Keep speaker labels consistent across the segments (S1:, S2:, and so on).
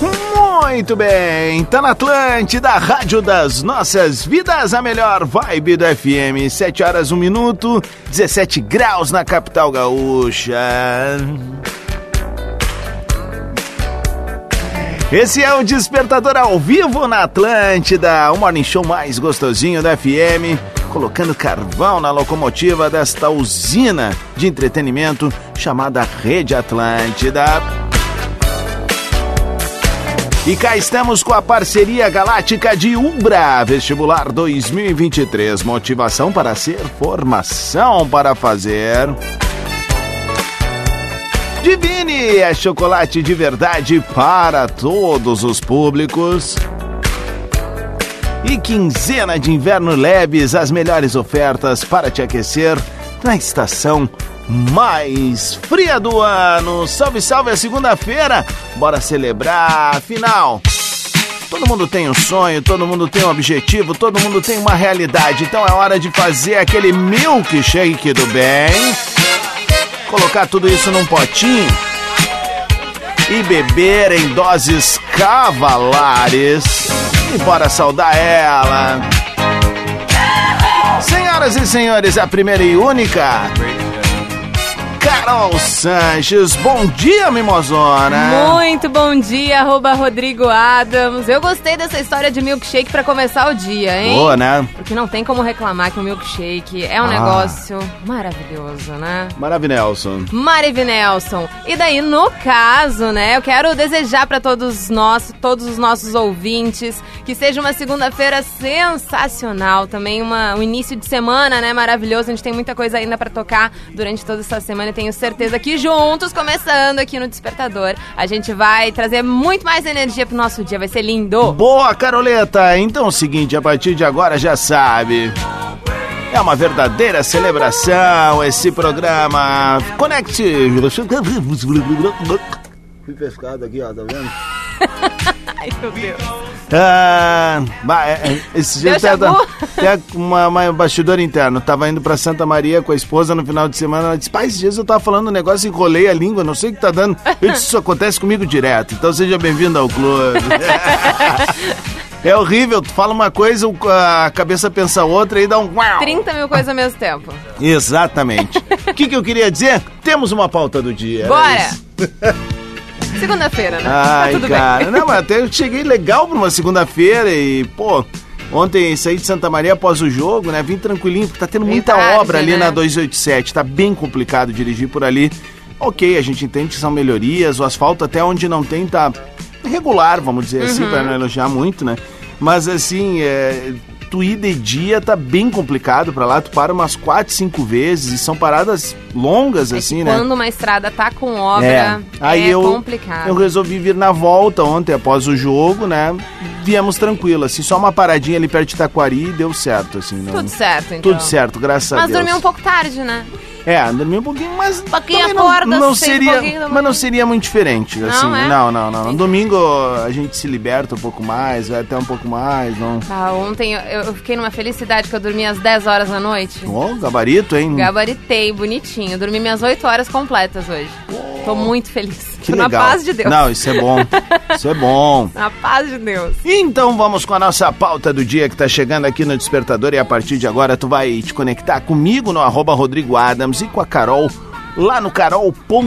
S1: Muito bem, tá na Atlântida, a Rádio das Nossas Vidas, a melhor vibe do FM. 7 horas 1 minuto, 17 graus na capital gaúcha. Esse é o Despertador ao vivo na Atlântida, o morning show mais gostosinho da FM, colocando carvão na locomotiva desta usina de entretenimento chamada Rede Atlântida. E cá estamos com a parceria galáctica de Umbra, vestibular 2023. Motivação para ser, formação para fazer. Divine é chocolate de verdade para todos os públicos. E quinzena de inverno leves, as melhores ofertas para te aquecer na estação mais fria do ano. Salve, salve, é segunda-feira. Bora celebrar a final. Todo mundo tem um sonho, todo mundo tem um objetivo, todo mundo tem uma realidade. Então é hora de fazer aquele milkshake do bem. Colocar tudo isso num potinho e beber em doses cavalares. E bora saudar ela. Senhoras e senhores, a primeira e única Carol Sanches. Bom dia, mimosona.
S2: Muito bom dia, arroba Rodrigo Adams. Eu gostei dessa história de milkshake pra começar o dia, hein?
S1: Boa, né?
S2: Porque não tem como reclamar que o milkshake é um
S1: Ah.
S2: negócio maravilhoso, né?
S1: Maravilhoso.
S2: Marive Nelson. E daí, no caso, né, eu quero desejar pra todos nós, todos os nossos ouvintes, que seja uma segunda-feira sensacional, também uma, um início de semana, né, maravilhoso. A gente tem muita coisa ainda pra tocar durante toda essa semana e tenho certeza que juntos, começando aqui no Despertador, a gente vai trazer muito mais energia pro nosso dia, vai ser lindo.
S1: Boa, Caroleta. Então é o seguinte, a partir de agora já sabe. É uma verdadeira celebração esse programa. Conecte.
S3: Fui pescado aqui, ó, tá vendo?
S2: Ai, meu Deus.
S1: Ah, bah, é, é, esse
S2: Deu
S1: jeito tá- tá-
S2: chabu?
S1: tem uma, uma um bastidor interno. Tava indo pra Santa Maria com a esposa no final de semana. Ela disse: Pai, esses dias eu tava falando um negócio, enrolei a língua, não sei o que tá dando. Eu disse: Isso acontece comigo direto. Então seja bem-vindo ao clube. é horrível, tu fala uma coisa, o- a cabeça pensa outra e dá um. uau.
S2: 30 mil coisas ao mesmo tempo.
S1: Exatamente. O que, que eu queria dizer? Temos uma pauta do dia. era
S2: Bora!
S1: É isso.
S2: Segunda-feira, né? tá
S1: Ai,
S2: tudo
S1: cara.
S2: bem.
S1: Não, mas até eu cheguei legal pra uma segunda-feira e, pô, ontem saí de Santa Maria após o jogo, né? Vim tranquilinho, porque tá tendo
S2: Bem
S1: muita
S2: tarde,
S1: obra ali
S2: né?
S1: na 287. Tá bem complicado dirigir por ali. Ok, a gente entende que são melhorias, o asfalto até onde não tem tá regular, vamos dizer assim,
S2: Uhum.
S1: pra não elogiar muito, né? Mas assim, é. Tu ir de dia tá bem complicado pra lá, tu para umas quatro, cinco vezes e são paradas longas,
S2: É que
S1: assim, né?
S2: quando uma estrada tá com obra,
S1: É.
S2: é,
S1: Aí eu-
S2: complicado.
S1: Eu resolvi vir na volta ontem, após o jogo, né? Viemos tranquilo, assim, só uma paradinha ali perto de Taquari e deu certo, assim. Não...
S2: Tudo certo, então.
S1: Tudo certo, graças a
S2: Mas
S1: Deus.
S2: dormi um pouco tarde, né?
S1: É, dormi um pouquinho, mas.
S2: pouquinho
S1: também
S2: acorda,
S1: não, não
S2: seis e
S1: seria,
S2: pouquinho da
S1: Mas não seria muito diferente, assim.
S2: é?
S1: não, não, não. No domingo a gente se liberta um pouco mais, vai até um pouco mais, não.
S2: Ah, ontem eu, eu fiquei numa felicidade que eu dormi às 10 horas da noite.
S1: Ó, gabarito, hein?
S2: Gabaritei, bonitinho. Dormi minhas 8 horas completas hoje. Tô muito feliz.
S1: Que
S2: Tô na
S1: legal.
S2: paz de Deus.
S1: Não, isso é bom. isso é bom.
S2: Na paz de Deus.
S1: Então vamos com a nossa pauta do dia que tá chegando aqui no Despertador e a partir de agora tu vai te conectar comigo no arroba Rodrigo Adams e com a Carol lá no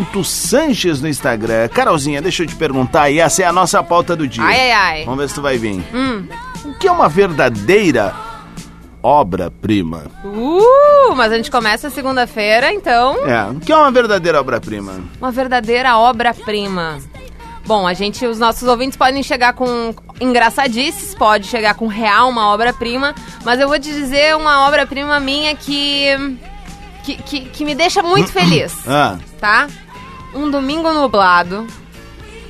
S1: carol.sanches no Instagram. Carolzinha, deixa eu te perguntar e essa é a nossa pauta do dia.
S2: Ai, ai, ai. Hum.
S1: Vamos ver se tu vai vir. O que é uma verdadeira obra-prima?
S2: Uh! Claro, mas a gente começa segunda-feira, então
S1: É, o que é uma verdadeira obra-prima.
S2: uma verdadeira obra-prima. Bom, a gente, os nossos ouvintes podem chegar com engraçadices, pode chegar com real uma obra-prima, mas eu vou te dizer uma obra-prima minha que que, que que me deixa muito feliz,
S1: Ah,
S2: tá? Um domingo nublado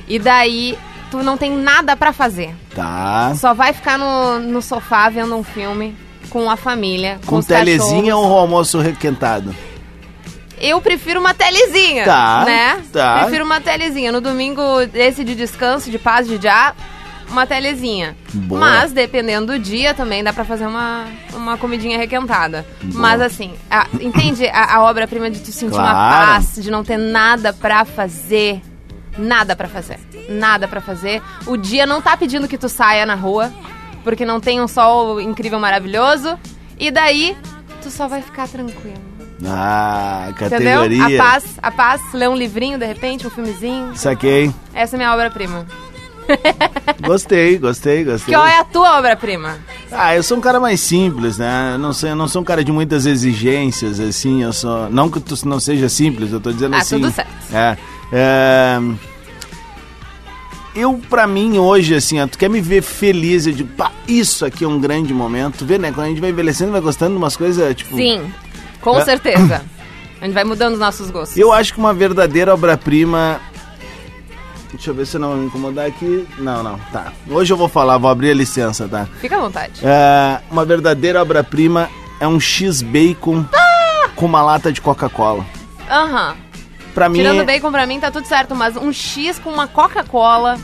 S2: e daí tu não tem nada pra fazer,
S1: tá.
S2: só vai ficar no, no sofá vendo um filme com a família, com,
S1: Com
S2: os cachorros.
S1: telezinha ou almoço requentado?
S2: Eu prefiro uma telezinha.
S1: Tá,
S2: Né?
S1: tá.
S2: Prefiro uma telezinha. No domingo, esse de descanso, de paz, de já, uma telezinha.
S1: Boa.
S2: Mas, dependendo do dia, também dá pra fazer uma, uma comidinha requentada. Mas, assim, a- entende a, a obra-prima de tu sentir uma
S1: Claro.
S2: paz, de não ter nada pra fazer. Nada pra fazer. Nada pra fazer. O dia não tá pedindo que tu saia na rua, porque não tem um sol incrível, maravilhoso. E daí, tu só vai ficar tranquilo.
S1: Ah,
S2: Entendeu?
S1: categoria.
S2: A paz, a paz, ler um livrinho de repente, um filmezinho.
S1: Saquei.
S2: Essa é minha obra-prima.
S1: Gostei, gostei, gostei.
S2: Que ó, é a tua obra-prima?
S1: Ah, eu sou um cara mais simples, né? Eu não, sei, eu não sou um cara de muitas exigências, assim, eu sou... Não que tu não seja simples, eu tô dizendo
S2: Ah,
S1: assim...
S2: tudo certo.
S1: É. é, Eu, pra mim, hoje, assim, ó, tu quer me ver feliz, eu digo, pá, isso aqui é um grande momento. Tu vê, né? Quando a gente vai envelhecendo, vai gostando de umas coisas, tipo...
S2: Sim, com
S1: É.
S2: certeza. A gente vai mudando os nossos gostos.
S1: Eu acho que uma verdadeira obra-prima... Deixa eu ver se eu não vou me incomodar aqui. Não, não, tá. Hoje eu vou falar, vou abrir a licença, tá?
S2: Fica à vontade.
S1: É, uma verdadeira obra-prima é um X-Bacon com uma lata de Coca-Cola.
S2: Aham.
S1: Pra mim,
S2: Tirando bacon pra mim, tá tudo certo, mas um X com uma Coca-Cola.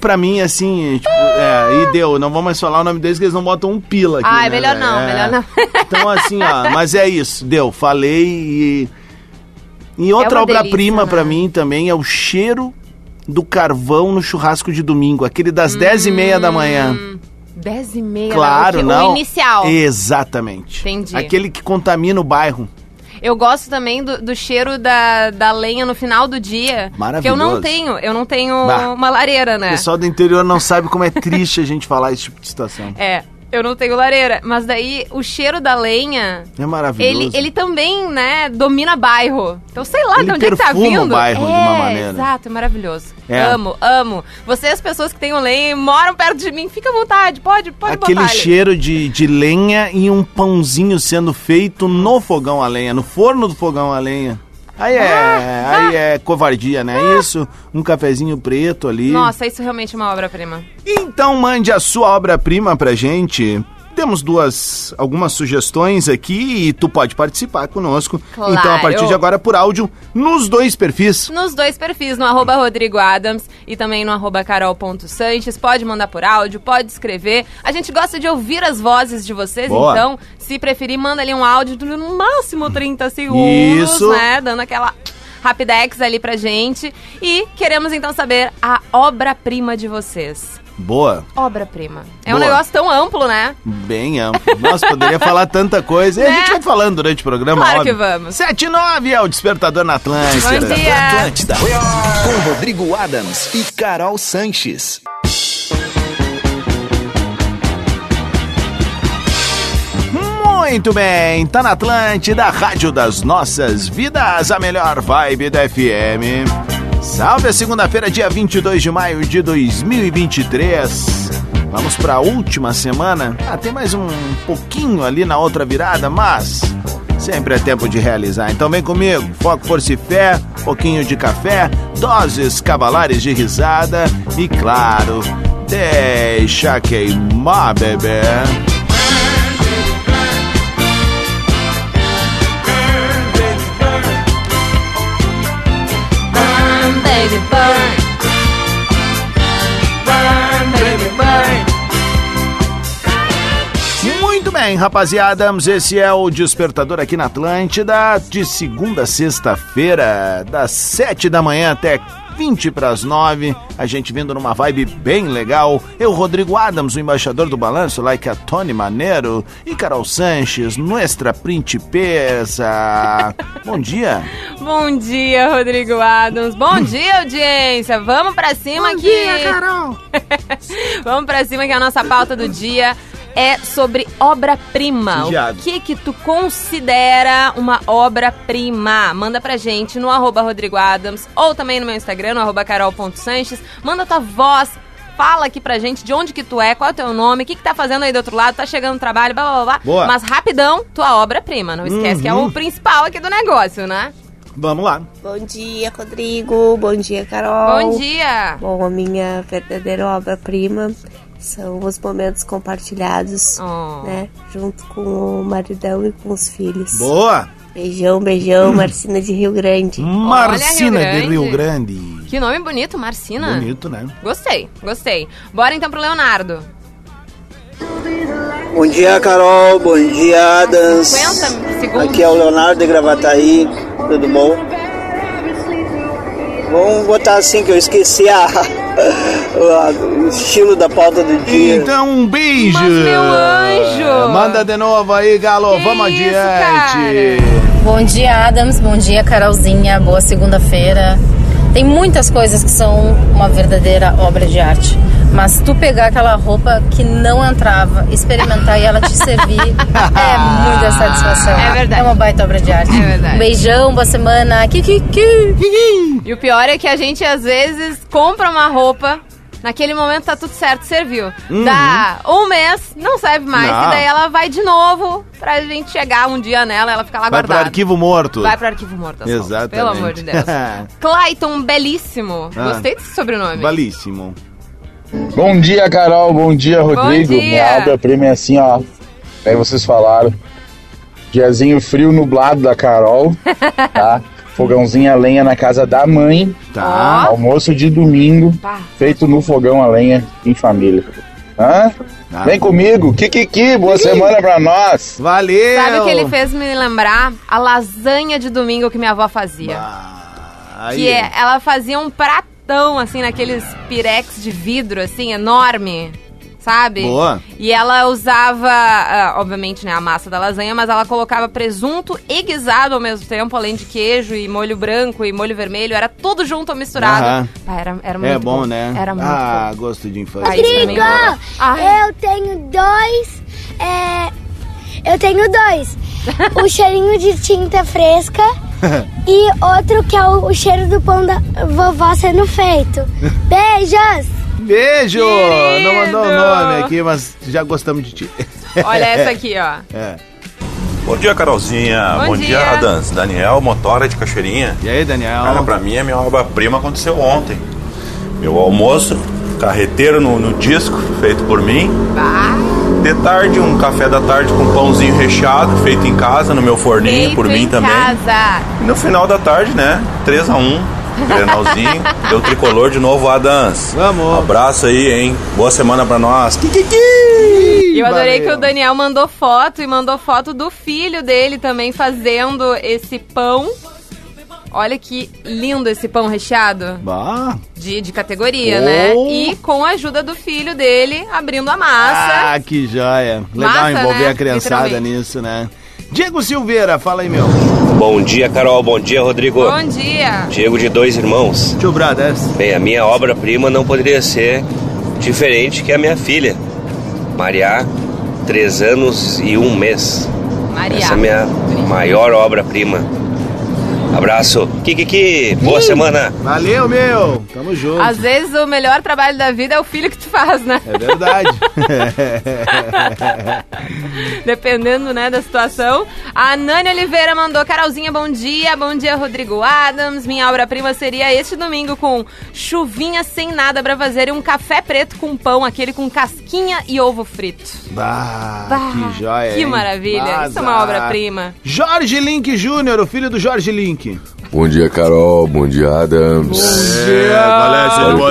S1: pra mim, assim, tipo, é, e deu. Não vou mais falar o nome deles, que eles não botam um pila aqui.
S2: Ah,
S1: né,
S2: é melhor
S1: velho?
S2: não, melhor não.
S1: Então, assim, ó, mas é isso, deu. Falei e. E outra
S2: É uma
S1: obra-prima
S2: delícia,
S1: pra
S2: né?
S1: mim também é o cheiro do carvão no churrasco de domingo, aquele das 10 e meia da manhã.
S2: Dez e meia.
S1: Claro,
S2: né? Hum, o que-
S1: não.
S2: O inicial.
S1: Exatamente.
S2: Entendi.
S1: Aquele que contamina o bairro.
S2: Eu gosto também do, do cheiro da, da lenha no final do dia. Que eu
S1: Maravilhoso.
S2: não tenho, eu não tenho
S1: Bah.
S2: uma lareira,
S1: O
S2: né?
S1: pessoal do interior não sabe como é triste a gente falar esse tipo de situação.
S2: É, eu não tenho lareira. Mas daí o cheiro da lenha,
S1: É maravilhoso.
S2: ele, ele também, né, domina bairro. Então sei lá
S1: Ele
S2: de onde é que tá
S1: perfuma o
S2: vindo.
S1: bairro de
S2: é,
S1: uma maneira.
S2: Exato, é maravilhoso.
S1: É.
S2: Amo, amo. Vocês, pessoas que têm o lenha e moram perto de mim, fica à vontade, pode, pode
S1: Aquele
S2: botar ali.
S1: cheiro de, de lenha e um pãozinho sendo feito no fogão a lenha, no forno do fogão a lenha. Aí é,
S2: Ah,
S1: aí é covardia, né? Isso, um cafezinho preto ali.
S2: Nossa, isso realmente é uma obra-prima.
S1: Então mande a sua obra-prima pra gente. Temos duas, algumas sugestões aqui e tu pode participar conosco.
S2: Claro.
S1: Então a partir de agora por áudio nos dois perfis.
S2: Nos dois perfis, no arroba Rodrigo Adams e também no arroba carol.sanches. Pode mandar por áudio, pode escrever. A gente gosta de ouvir as vozes de vocês,
S1: Boa.
S2: então, se preferir, manda ali um áudio de no máximo 30 segundos,
S1: Isso.
S2: né? Dando aquela rapidex ali pra gente. E queremos, então, saber a obra-prima de vocês.
S1: Boa.
S2: Obra-prima. É um
S1: Boa.
S2: negócio tão amplo, né?
S1: Bem amplo. Nossa, poderia falar tanta coisa. E a
S2: Né?
S1: gente vai falando durante o programa,
S2: Claro
S1: óbvio.
S2: que vamos.
S1: 7 e 9 é o Despertador na Atlântida.
S2: Bom dia!
S4: Atlântida.
S5: Com Rodrigo Adams e Carol Sanches.
S1: Muito bem, tá na Atlântida, a Rádio das Nossas Vidas, a melhor vibe da FM. Salve a segunda-feira, dia 22 de maio de 2023. Vamos pra última semana. Ah, tem mais um pouquinho ali na outra virada, mas sempre é tempo de realizar. Então vem comigo, foco, força e fé, pouquinho de café, doses cavalares de risada e, claro, deixa queimar, bebê.
S2: Burn, baby, burn. Burn, baby, burn.
S1: Muito bem, rapaziada, esse é o Despertador aqui na Atlântida, de segunda a sexta-feira, das sete da manhã até 20 para as 9, a gente vindo numa vibe bem legal. Eu, Rodrigo Adams, o embaixador do balanço, like a Tony Maneiro, e Carol Sanches, nuestra principesa. Bom dia.
S2: Bom dia, Rodrigo Adams. Bom dia, audiência. Vamos pra cima aqui.
S1: Carol.
S2: Vamos pra cima que é a nossa pauta do dia. é sobre obra-prima.
S1: Viado.
S2: O que que tu considera uma obra-prima? Manda pra gente no arroba Rodrigo Adams ou também no meu Instagram, no arroba carol.sanches. Manda tua voz, fala aqui pra gente de onde que tu é, qual é o teu nome, o que que tá fazendo aí do outro lado, tá chegando no trabalho, blá, blá, blá.
S1: Boa.
S2: Mas rapidão, tua obra-prima. Não esquece que é o principal aqui do negócio, né?
S1: Vamos lá.
S6: Bom dia, Rodrigo. Bom dia, Carol.
S2: Bom dia!
S6: Bom, a minha verdadeira obra-prima são os momentos compartilhados,
S2: Oh.
S6: né? Junto com o maridão e com os filhos.
S1: Boa!
S6: Beijão, beijão, Marcina de Rio Grande.
S1: Marcina de
S2: Rio
S1: Rio Grande.
S2: Que nome bonito, Marcina.
S1: Bonito, né?
S2: Gostei, gostei. Bora então pro Leonardo.
S7: Bom dia, Carol. Bom dia, Adams.
S2: 50 segundos.
S7: Aqui é o Leonardo de Gravataí. Tudo bom? Vamos botar assim que eu esqueci a, o estilo da pauta do dia.
S1: Então, um beijo! É,
S2: Mas, meu anjo!
S1: Manda de novo aí, Galo.
S2: Que
S1: Vamos
S2: isso,
S1: adiante.
S8: Bom dia, Adams. Bom dia, Carolzinha. Boa segunda-feira. Tem muitas coisas que são uma verdadeira obra de arte. Mas tu pegar aquela roupa que não entrava, experimentar e ela te servir, é muita satisfação.
S2: É verdade.
S8: É uma baita obra de arte.
S2: É verdade.
S8: Beijão, boa semana. Kiki.
S2: E o pior é que a gente às vezes compra uma roupa. Naquele momento tá tudo certo, serviu. Dá um mês, não serve mais.
S1: Uhum. Não.
S2: E daí ela vai de novo pra gente chegar um dia nela, ela fica lá
S1: Vai pro
S2: guardada.
S1: arquivo morto.
S2: Vai pro arquivo morto. Assunto,
S1: Exatamente.
S2: Pelo amor de Deus. Clayton, belíssimo.
S1: Ah.
S2: Gostei desse sobrenome.
S1: Belíssimo.
S9: Bom dia, Carol. Bom dia, Rodrigo.
S2: dia.
S9: Minha obra-prima é assim, ó. Aí vocês falaram. Diazinho frio nublado da Carol, tá? Fogãozinho a lenha na casa da mãe.
S1: Tá.
S9: Almoço de domingo,
S2: Pá.
S9: feito no fogão a lenha em família. Hã?
S1: Ah.
S9: Vem comigo. Kikiki, boa semana pra nós.
S1: Valeu!
S2: Sabe o que ele fez me lembrar? A lasanha de domingo que minha avó fazia.
S1: Ah, aí.
S2: Que é, ela fazia um pratão, assim, naqueles pirex de vidro, assim, enorme. Sabe?
S1: Boa.
S2: E ela usava, ah, obviamente, né, a massa da lasanha, mas ela colocava presunto e guisado ao mesmo tempo, além de queijo e molho branco e molho vermelho. Era tudo junto misturado.
S1: Aham.
S2: Pá, era, era muito
S1: É bom, né?
S2: Era muito
S1: ah,
S2: bom.
S1: gosto de infância.
S2: Ai, isso pra mim era- Ai,
S10: Eu tenho dois. É, eu tenho dois. O cheirinho de tinta fresca e outro que é o, o cheiro do pão da vovó sendo feito. Beijos!
S1: Beijo! Não mandou o
S2: Querido!
S1: nome aqui, mas já gostamos de ti.
S2: olha essa aqui, ó.
S1: É.
S4: Bom dia, Carolzinha.
S2: Bom
S4: Bom,
S2: dia.
S4: dia, Adans. Daniel, motora de Cachoeirinha.
S1: E aí, Daniel?
S4: Cara, pra mim, a minha obra-prima aconteceu ontem. Meu almoço, carreteiro no, no disco, feito por mim. De tarde, um café da tarde com pãozinho recheado, feito em casa, no meu forninho, por
S2: Feito
S4: mim
S2: em
S4: também.
S2: Casa.
S4: E no final da tarde, né? 3x1, Grenalzinho, deu tricolor de novo, Adams.
S1: Vamos.
S4: Abraço aí, hein? Boa semana pra nós.
S2: E eu adorei que o
S1: Valeu.
S2: Daniel mandou foto e mandou foto do filho dele também fazendo esse pão. Olha que lindo esse pão recheado
S1: Bah.
S2: de, de categoria,
S1: Oh.
S2: né? E com a ajuda do filho dele abrindo a massa.
S1: Ah, que joia. Legal
S2: Massa,
S1: envolver
S2: né?
S1: a criançada
S2: Literalmente.
S1: nisso, né? Diego Silveira, fala aí, meu.
S11: Bom dia, Carol. Bom dia, Rodrigo.
S2: Bom dia.
S11: Diego de dois irmãos.
S1: Tio Brothers.
S11: Bem, a minha obra-prima não poderia ser diferente que a minha filha. Mariá, três anos e um mês.
S2: Maria.
S11: Essa é a minha maior obra-prima. Abraço. Kikiki, boa semana.
S1: Valeu, meu. Tamo junto.
S2: Às vezes o melhor trabalho da vida é o filho que tu faz, né?
S1: É verdade.
S2: Dependendo, né, da situação. A Nani Oliveira mandou, Carolzinha, bom dia. Bom dia, Rodrigo Adams. Minha obra-prima seria este domingo com chuvinha sem nada pra fazer e um café preto com pão, aquele com casquinha e ovo frito.
S1: bah,
S2: Bah,
S1: que joia.
S2: Que
S1: hein?
S2: maravilha. Isso é uma
S1: Bazar.
S2: obra-prima.
S1: Jorge Link Júnior, o filho do Jorge Link.
S9: Bom dia, Carol. Bom dia, Adams.
S1: É, Valeu,
S9: uma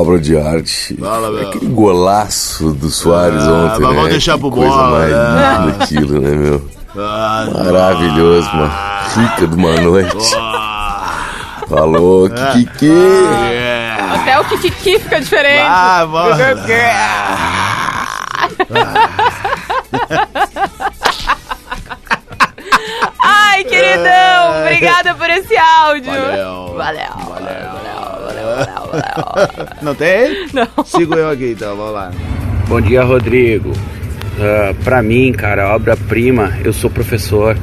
S9: obra de arte.
S1: Fala, meu.
S9: Aquele golaço do Soares
S1: Ah,
S9: ontem,
S1: mas
S9: né?
S1: vamos deixar pro
S9: que coisa
S1: bola,
S9: mais
S1: né?
S9: linda aquilo, né, meu?
S1: Ah,
S9: Maravilhoso, mano. Rica de uma noite. Falou, Kiki.
S1: é.
S2: Até o Kikiki fica diferente.
S1: Ah, vamos.
S2: Ai, queridão, obrigada por esse áudio.
S1: É. Valeu.
S2: Valeu. Valeu, valeu, valeu, valeu.
S1: Não tem?
S2: Não.
S1: Sigo eu aqui então, vamos lá.
S11: Bom dia, Rodrigo.
S12: Uh, para mim, cara, obra-prima, eu sou professor.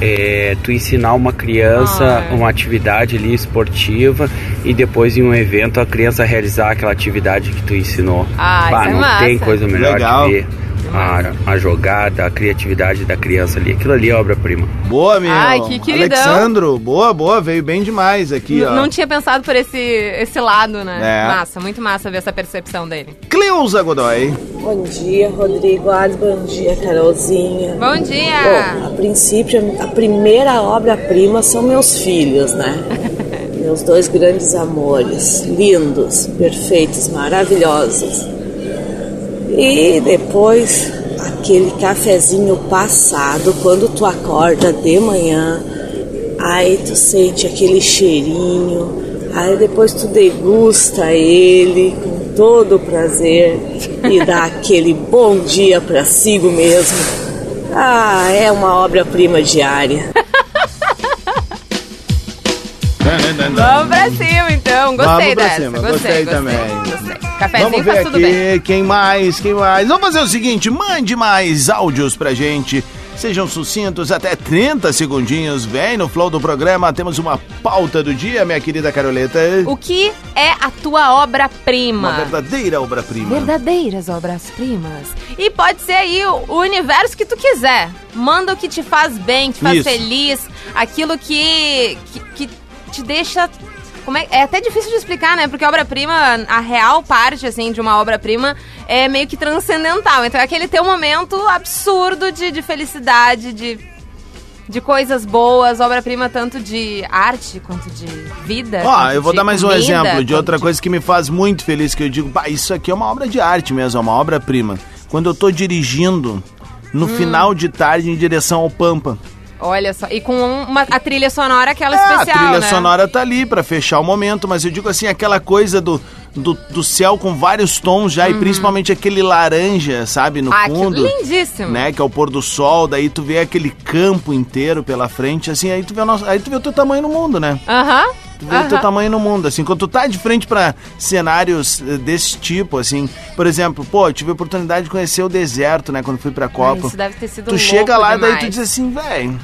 S12: É, tu ensinar uma
S2: Ah,
S12: criança
S2: é.
S12: uma atividade ali esportiva e depois em um evento a criança realizar aquela atividade que tu ensinou.
S2: Ah,
S12: Bah,
S2: isso é
S12: não tem
S2: massa.
S12: coisa melhor
S2: Legal.
S12: que ver a, a jogada, a criatividade da criança ali. Aquilo ali é obra-prima.
S1: Boa, meu.
S2: Ai, que queridão.
S1: Alexandro, boa, boa, veio bem demais aqui, ó.
S2: Não tinha pensado por esse, esse lado, né?
S1: É.
S2: Massa, muito massa ver essa percepção dele.
S1: Cleusa Godoy.
S8: Bom dia, Rodrigo Alves. Bom dia, Carolzinha.
S2: Bom dia.
S8: Bom, a princípio, a primeira obra-prima são meus filhos, né? meus dois grandes amores. Lindos, perfeitos, maravilhosos. E depois, aquele cafezinho passado, quando tu acorda de manhã, aí tu sente aquele cheirinho, aí depois tu degusta ele com todo o prazer e dá aquele bom dia pra sigo mesmo. Ah, é uma obra-prima diária.
S2: Vamos pra cima, então.
S1: Vamos
S2: Gostei
S1: pra
S2: dessa.
S1: cima,
S2: gostei,
S1: gostei também.
S2: Gostei. Cafezinho
S1: Vamos
S2: faz
S1: ver
S2: tudo bem.
S1: aqui, quem mais, quem mais. Vamos fazer o seguinte, mande mais áudios pra gente. Sejam sucintos, até 30 segundinhos. Vem no flow do programa, temos uma pauta do dia, minha querida Caroleta.
S2: O que é a tua
S1: Uma
S2: obra-prima?
S1: verdadeira obra-prima.
S2: Verdadeiras obras-primas. E pode ser aí o o universo que tu quiser. Manda o que te faz bem, que te faz
S1: Isso.
S2: feliz, aquilo que, que, que te deixa. Como é, é até difícil de explicar, né? Porque obra-prima, a real parte, assim, de uma obra-prima é meio que transcendental. Então é aquele teu momento absurdo de, de felicidade, de, de coisas boas. Obra-prima tanto de arte quanto de vida.
S1: Ó,
S2: quanto
S1: eu vou
S2: Tá de
S1: dar mais um
S2: comida,
S1: exemplo de
S2: quanto
S1: outra coisa que me faz muito feliz, que eu digo, "Bah, isso aqui é uma obra de arte mesmo, é uma obra-prima. Quando eu tô dirigindo, no
S2: Hum.
S1: final de tarde, em direção ao Pampa.
S2: Olha só, e com uma, a trilha sonora, aquela
S1: É,
S2: especial,
S1: a trilha
S2: né?
S1: sonora tá ali pra fechar o momento, mas eu digo assim, aquela coisa do, do, do céu com vários tons já, e principalmente aquele laranja, sabe, no
S2: Uhum. ah, que
S1: fundo.
S2: lindíssimo.
S1: Né, que é o pôr do sol, daí tu vê aquele campo inteiro pela frente, assim, aí tu vê o, nosso, aí tu vê o teu tamanho no mundo, né?
S2: Aham.
S1: Tu vê o teu
S2: aham.
S1: tamanho no mundo, assim, quando tu tá de frente pra cenários eh, desse tipo, assim, por exemplo, pô, eu tive a oportunidade de conhecer o deserto, né, quando fui pra
S2: Ai,
S1: Copa.
S2: isso deve ter sido
S1: tu chega
S2: louco
S1: lá, daí tu
S2: demais.
S1: diz assim, velho,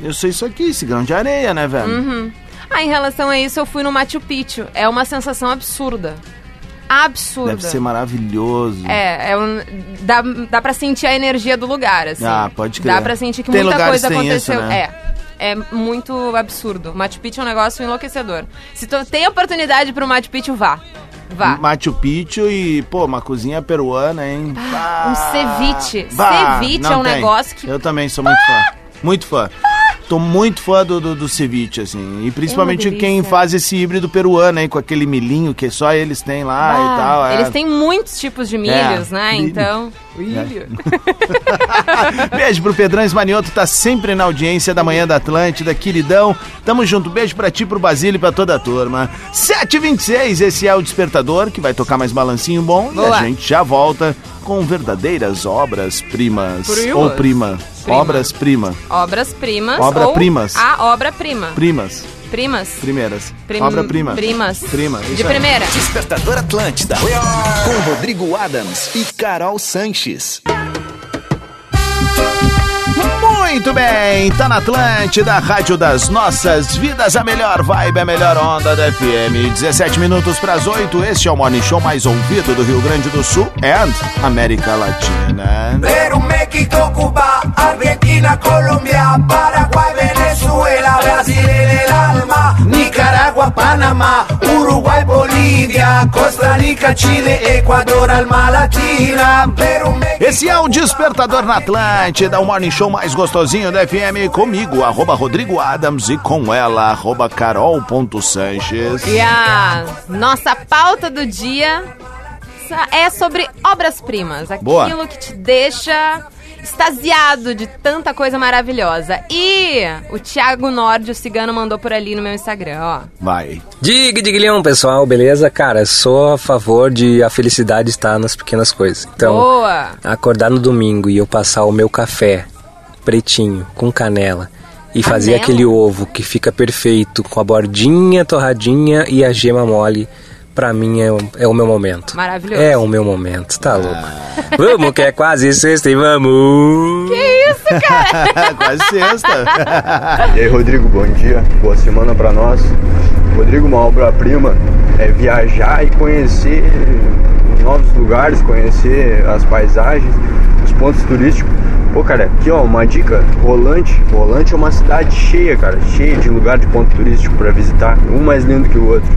S1: eu sei isso aqui, esse grão de areia, né, velho?
S2: Uhum. Ah, em relação a isso, eu fui no Machu Picchu. É uma sensação absurda. Absurda.
S1: Deve ser maravilhoso.
S2: É, é um, dá, dá pra sentir a energia do lugar, assim.
S1: Ah, pode crer.
S2: Dá pra sentir que
S1: Tem
S2: muita
S1: lugares
S2: coisa
S1: que tem
S2: aconteceu.
S1: isso, né?
S2: É. É muito absurdo. Machu Picchu é um negócio enlouquecedor. Se tu tem oportunidade pro Machu Picchu, vá. Vá.
S1: Machu Picchu e, pô, uma cozinha peruana, hein?
S2: Um ceviche.
S1: Bah,
S2: ceviche
S1: não
S2: é um
S1: tem.
S2: negócio que.
S1: Eu também sou muito fã. Muito fã. Tô muito fã do, do, do ceviche, assim. E principalmente quem
S2: É delícia.
S1: faz esse híbrido peruano, hein? Com aquele milhinho que só eles têm lá e
S2: Ah,
S1: tal. é.
S2: Eles têm muitos tipos de milhos,
S1: É,
S2: né?
S1: milho. É.
S2: Então.
S1: Milho. Beijo pro Pedrões Manioto, tá sempre na audiência da manhã da Atlântida, queridão. Tamo junto, beijo pra ti, pro Basílio e pra toda a turma. 7h26, esse é o Despertador, que vai tocar mais um balancinho bom e
S2: Boa.
S1: a gente já volta com verdadeiras obras-primas.
S2: Primas.
S1: Ou prima.
S2: Prima.
S1: Obras-prima.
S2: Obras-primas.
S1: Obra
S2: ou
S1: primas.
S2: A obra-prima.
S1: Primas.
S2: Primas.
S1: Primeiras.
S2: Prim-
S1: Obra-prima.
S2: Primas.
S1: Prima.
S2: De primeira.
S5: Despertador Atlântida. Com Rodrigo Adams e Carol Sanches.
S1: Muito bem, tá na Atlântida, Rádio das Nossas Vidas, a melhor vibe, a melhor onda da FM. 17 minutos para as 8, este é o Morning Show mais ouvido do Rio Grande do Sul and América Latina.
S13: Perú, México, Cuba, Argentina, Colombia, Paraguay, Venezuela, Brasil en el alma, Nicaragua, Panamá, Uruguay, Bolivia, Costa Rica, Chile, Ecuador, alma latina. Perú,
S1: Esse é o Despertador na Atlântida, o Morning Show mais gostosinho da FM, comigo, arroba Rodrigo Adams e com ela, arroba carol.sanches.
S2: E é- a nossa pauta do dia é sobre obras-primas. Aquilo
S1: Boa.
S2: que te deixa extasiado de tanta coisa maravilhosa. E o Thiago Nordi, o cigano, mandou por ali no meu Instagram, ó.
S1: Vai.
S7: Diga, digilhão, pessoal, beleza? Cara, eu sou a favor de a felicidade estar nas pequenas coisas. Então,
S2: Boa!
S7: acordar no domingo e eu passar o meu café pretinho com canela e fazer
S2: Canela?
S7: aquele ovo que fica perfeito com a bordinha torradinha e a gema mole
S14: pra mim é, o- é o meu momento.
S2: Maravilhoso.
S14: É o meu momento, tá louco. Vamos, que é quase sexta e vamos.
S2: Que isso, cara?
S1: Quase sexta.
S9: E aí, Rodrigo, bom dia, boa semana pra nós. Rodrigo, uma obra-prima é viajar e conhecer novos lugares, conhecer as paisagens, os pontos turísticos. Pô, cara, aqui ó, uma dica: Rolante. Rolante é uma cidade cheia, cara, cheia de lugar de ponto turístico pra visitar, um mais lindo que o outro.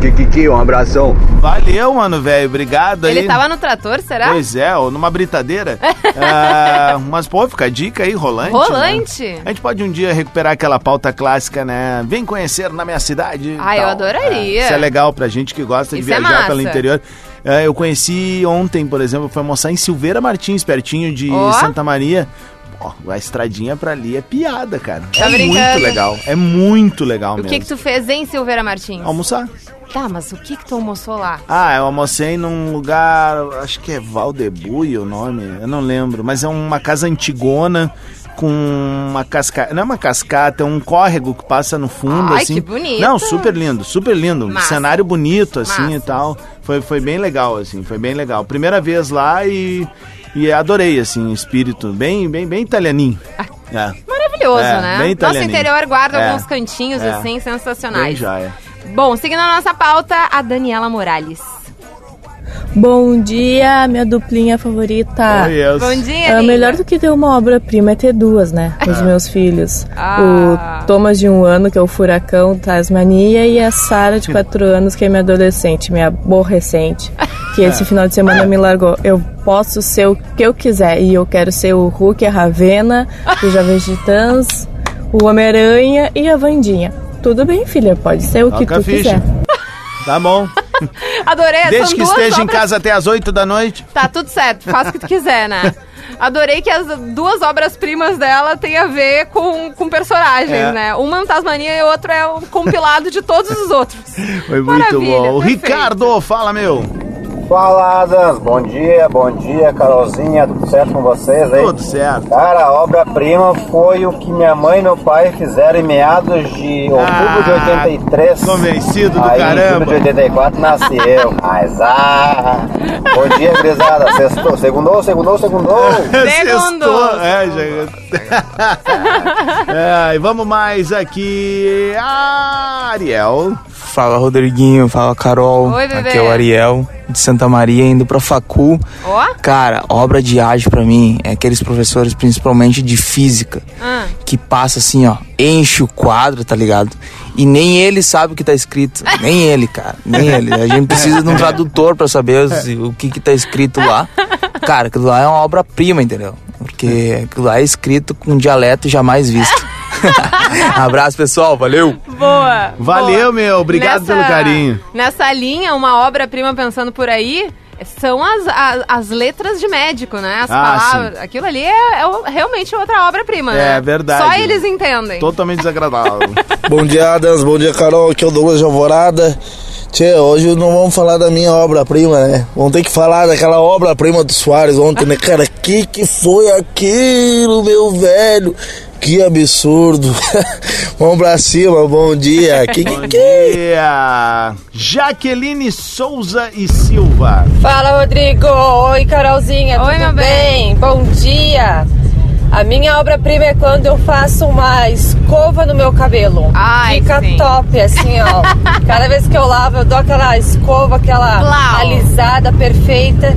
S9: Kikiki, um abração.
S1: Valeu, mano, velho. Obrigado aí.
S2: Ele tava no trator, será?
S1: Pois é, ou numa britadeira. Ah, mas, pô, fica a dica aí, rolante. né?
S2: Rolante?
S1: A gente pode um dia recuperar aquela pauta clássica, né? Vem conhecer na minha cidade. e
S2: Ah, eu
S1: tal.
S2: adoraria.
S1: É, isso é legal pra gente que gosta de
S2: Isso é
S1: viajar
S2: massa.
S1: pelo interior. É, eu conheci ontem, por exemplo, foi almoçar em Silveira Martins, pertinho de
S2: Ó.
S1: Santa Maria. Ó, a estradinha pra ali é piada, cara.
S2: Tá
S1: é
S2: brincando.
S1: muito legal. É muito legal
S2: O
S1: mesmo.
S2: que que tu fez em Silveira Martins?
S1: Almoçar.
S2: Tá, mas o que que tu almoçou lá?
S1: Ah, eu almocei num lugar, acho que é Valdebui o nome, eu não lembro, mas é uma casa antigona com uma cascata, não é uma cascata, é um córrego que passa no fundo,
S2: Ai,
S1: assim.
S2: que bonito.
S1: Não, super lindo, super lindo, um cenário bonito, assim,
S2: Massa.
S1: e tal. Foi, foi bem legal, assim, foi bem legal. Primeira vez lá e, e adorei, assim, o espírito, bem, bem, bem italianinho.
S2: Ah,
S1: É.
S2: Maravilhoso,
S1: É,
S2: né?
S1: bem
S2: Nosso
S1: italianinho.
S2: interior guarda
S1: É.
S2: alguns cantinhos,
S1: É.
S2: assim,
S1: Bem
S2: sensacionais.
S1: joia.
S2: Bom, seguindo a nossa pauta, a Daniela Morales.
S8: Bom dia, minha duplinha favorita.
S1: Oh,
S2: Oi, Elcio. Bom dia,
S8: Ah,
S2: linda.
S8: melhor do que ter uma obra-prima é ter duas, né? Os
S2: É.
S8: meus filhos.
S2: Ah.
S8: O Thomas de um ano, que é o furacão Tasmania, e a Sara de quatro anos, que é minha adolescente, minha aborrecente. Que esse
S15: É.
S8: final de semana me largou. Eu posso ser o que eu quiser. E eu quero ser o Hulk, a Ravena, o Jovem Titãs, o Homem-Aranha e a Vandinha. Tudo bem, filha, pode ser o que
S1: Toca a
S8: tu
S1: ficha.
S8: quiser.
S1: Tá bom.
S2: Adorei essa
S1: Desde que
S2: duas
S1: esteja em
S2: obras-
S1: casa até as 8 da noite.
S2: Tá tudo certo, faz o que tu quiser, né? Adorei que as duas obras-primas dela têm a ver com, com personagens,
S1: É.
S2: né? Uma é um Tasmania e a outra é um compilado de todos os outros.
S1: Foi muito
S2: Maravilha,
S1: bom. O
S2: perfeito.
S1: Ricardo, fala, meu.
S16: Fala, Adams. Bom dia, bom dia, Carolzinha. Tudo certo com vocês aí?
S1: Tudo certo.
S16: Cara, a obra-prima foi o que minha mãe e meu pai fizeram em meados de outubro
S1: Ah.
S16: de 83.
S1: Convencido do
S16: aí, Em
S1: caramba.
S16: outubro de 84 nasci eu. Mas ah! Bom dia, grisada. Sextou, segundou, segundou, segundou.
S1: Sextou. É, já... é, e vamos mais aqui. Ah, Ariel.
S7: Fala Rodriguinho, fala Carol.
S1: Oi, bebê.
S7: Aqui é o Ariel de Santa Maria indo pra Facu.
S2: Ó.
S7: Cara, obra de arte pra mim é aqueles professores principalmente de física
S2: Ah.
S7: que passa assim, ó, enche o quadro, tá ligado? E nem ele sabe o que tá escrito, nem ele, cara, nem ele. A gente precisa de um tradutor pra saber os- o que que tá escrito lá. Cara, aquilo lá é uma obra-prima, entendeu? Porque aquilo lá é escrito com um dialeto jamais visto. Abraço, pessoal, valeu.
S2: Boa.
S7: Valeu, meu.
S2: Obrigado Nessa- pelo carinho. Nessa linha, uma obra-prima pensando por aí. São as, a- as letras de médico, né? As
S1: Ah,
S2: palavras. Aquilo ali é, é o- realmente outra obra-prima,
S17: É,
S2: né?
S17: verdade.
S2: Só eles entendem.
S1: Totalmente desagradável.
S17: Bom dia, Adams. Bom dia, Carol. Aqui é o Douglas de Alvorada. Tchê, hoje não vamos falar da minha obra-prima, né? Vamos ter que falar daquela obra-prima do Soares ontem, né? Cara, que que foi aquilo, meu velho? Que absurdo. vamos pra cima, bom dia. Que que...
S1: Bom dia. Jaqueline Souza e Silva.
S18: Fala, Rodrigo! Oi, Carolzinha,
S2: Oi,
S18: tudo
S2: meu bem?
S18: bem? Bom dia! A minha obra-prima é quando eu faço uma escova no meu cabelo.
S2: Ai,
S18: Fica
S2: sim.
S18: top, assim, ó. Cada vez que eu lavo, eu dou aquela escova, aquela
S2: Blau.
S18: alisada perfeita.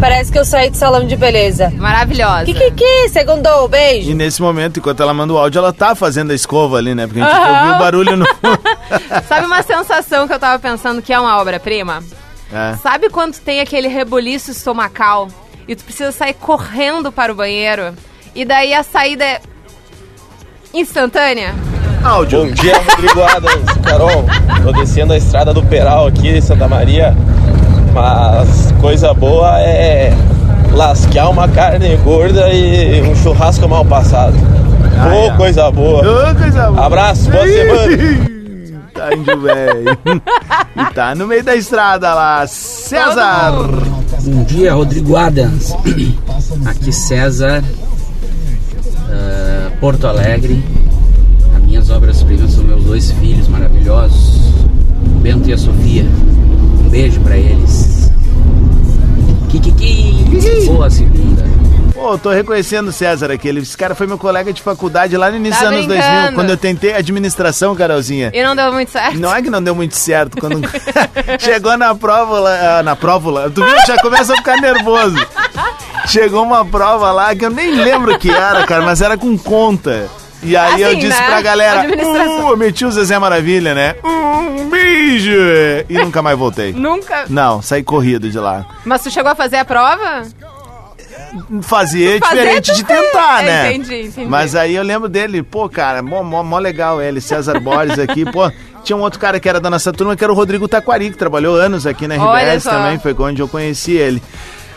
S18: Parece que eu saí do salão de beleza.
S2: Maravilhosa.
S18: Que que que? Segundou, beijo.
S1: E nesse momento, enquanto ela manda o áudio, ela tá fazendo a escova ali, né? Porque a gente
S2: Aham.
S1: ouviu o barulho no.
S2: Sabe uma sensação que eu tava pensando que é uma obra-prima?
S1: É.
S2: Sabe quando tem aquele rebuliço estomacal e tu precisa sair correndo para o banheiro? E daí a saída é instantânea?
S1: Áudio.
S4: Bom dia, Rodrigo Adams. Carol, tô descendo a estrada do Peral aqui em Santa Maria. Mas coisa boa é lasquear uma carne gorda e um churrasco mal passado. Ô, coisa boa.
S1: coisa boa.
S4: Abraço, boa semana.
S1: Tá indo bem. E tá no meio da estrada lá. César.
S19: Bom dia, Rodrigo Adams. Aqui César, ah, Porto Alegre. As minhas obras-primas são meus dois filhos maravilhosos, o Bento e a Sofia. Um
S20: beijo pra eles. Kikiki! Boa segunda.
S1: Pô, eu tô reconhecendo o César aqui. Ele- Esse cara foi meu colega de faculdade lá no início
S2: Tá
S1: dos anos
S2: brincando.
S1: 2000, quando eu tentei administração, Carolzinha.
S2: E não deu muito certo.
S1: Não é que não deu muito certo. Quando chegou na prova, lá- ah, na prova, lá, tu viu, já começa a ficar nervoso. Chegou uma prova lá que eu nem lembro o que era, cara, mas era com conta. E aí eu
S13: Assim,
S1: disse
S13: né?
S1: pra galera,
S13: Administração.
S1: uh, eu meti o Zezé Maravilha, né? Um beijo! E nunca mais voltei.
S2: Nunca.
S1: Não, saí corrido de lá.
S2: Mas tu chegou a fazer a prova?
S1: Fazia
S2: Fazer,
S1: diferente
S2: tu
S1: de tentar,
S2: fez.
S1: né?
S2: Entendi, entendi.
S1: Mas aí eu lembro dele, pô, cara, mó, mó, mó legal ele, César Borges aqui, pô. Tinha um outro cara que era da nossa turma, que era o Rodrigo Taquari, que trabalhou anos aqui na
S13: Olha
S1: RBS
S13: só.
S1: também, foi onde eu conheci ele.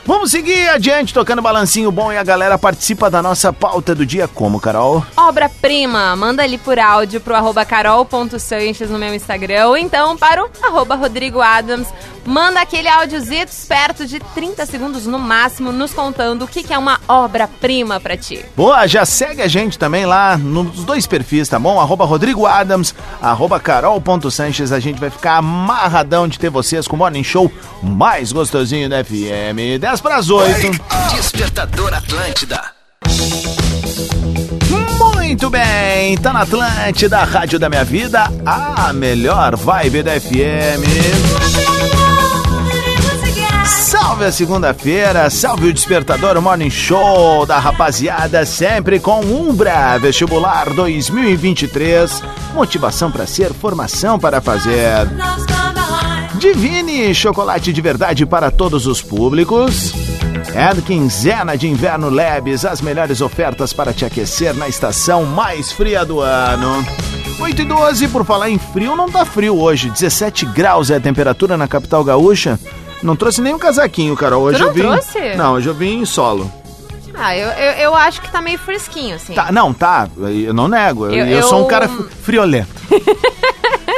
S1: Vamos seguir adiante, tocando balancinho bom e a galera participa da nossa pauta do dia como, Carol?
S2: Obra-prima, manda ali por áudio pro arroba carol.sanches no meu Instagram ou então para o arroba Rodrigo Adams. Manda aquele áudiozito perto de 30 segundos no máximo, nos contando o que, que é uma obra-prima pra ti.
S1: Boa, já segue a gente também lá nos dois perfis, tá bom? Arroba Rodrigo Adams, arroba carol.sanches. A gente vai ficar amarradão de ter vocês com o Morning Show mais gostosinho da FM. 10 para as 8.
S5: Despertador Atlântida.
S1: Muito bem, tá na Atlântida, a Rádio da Minha Vida, a melhor vibe da FM. Salve a segunda-feira, salve o despertador, o morning show da rapaziada, sempre com Umbra Vestibular 2023. Motivação para ser, formação para fazer. Divine chocolate de verdade para todos os públicos. É quinzena de inverno Labs, as melhores ofertas para te aquecer na estação mais fria do ano. 8 e 12, por falar em frio, não tá frio hoje. 17 graus é a temperatura na capital gaúcha. Não trouxe nem um casaquinho, cara. Hoje
S2: não
S1: eu vim.
S2: trouxe?
S1: Não, hoje eu vim em solo.
S2: Ah, eu, eu, eu acho que tá meio fresquinho, assim.
S1: Tá, não, tá. Eu não nego. Eu,
S2: Eu-
S1: eu sou um
S2: eu-
S1: cara fri- friolento.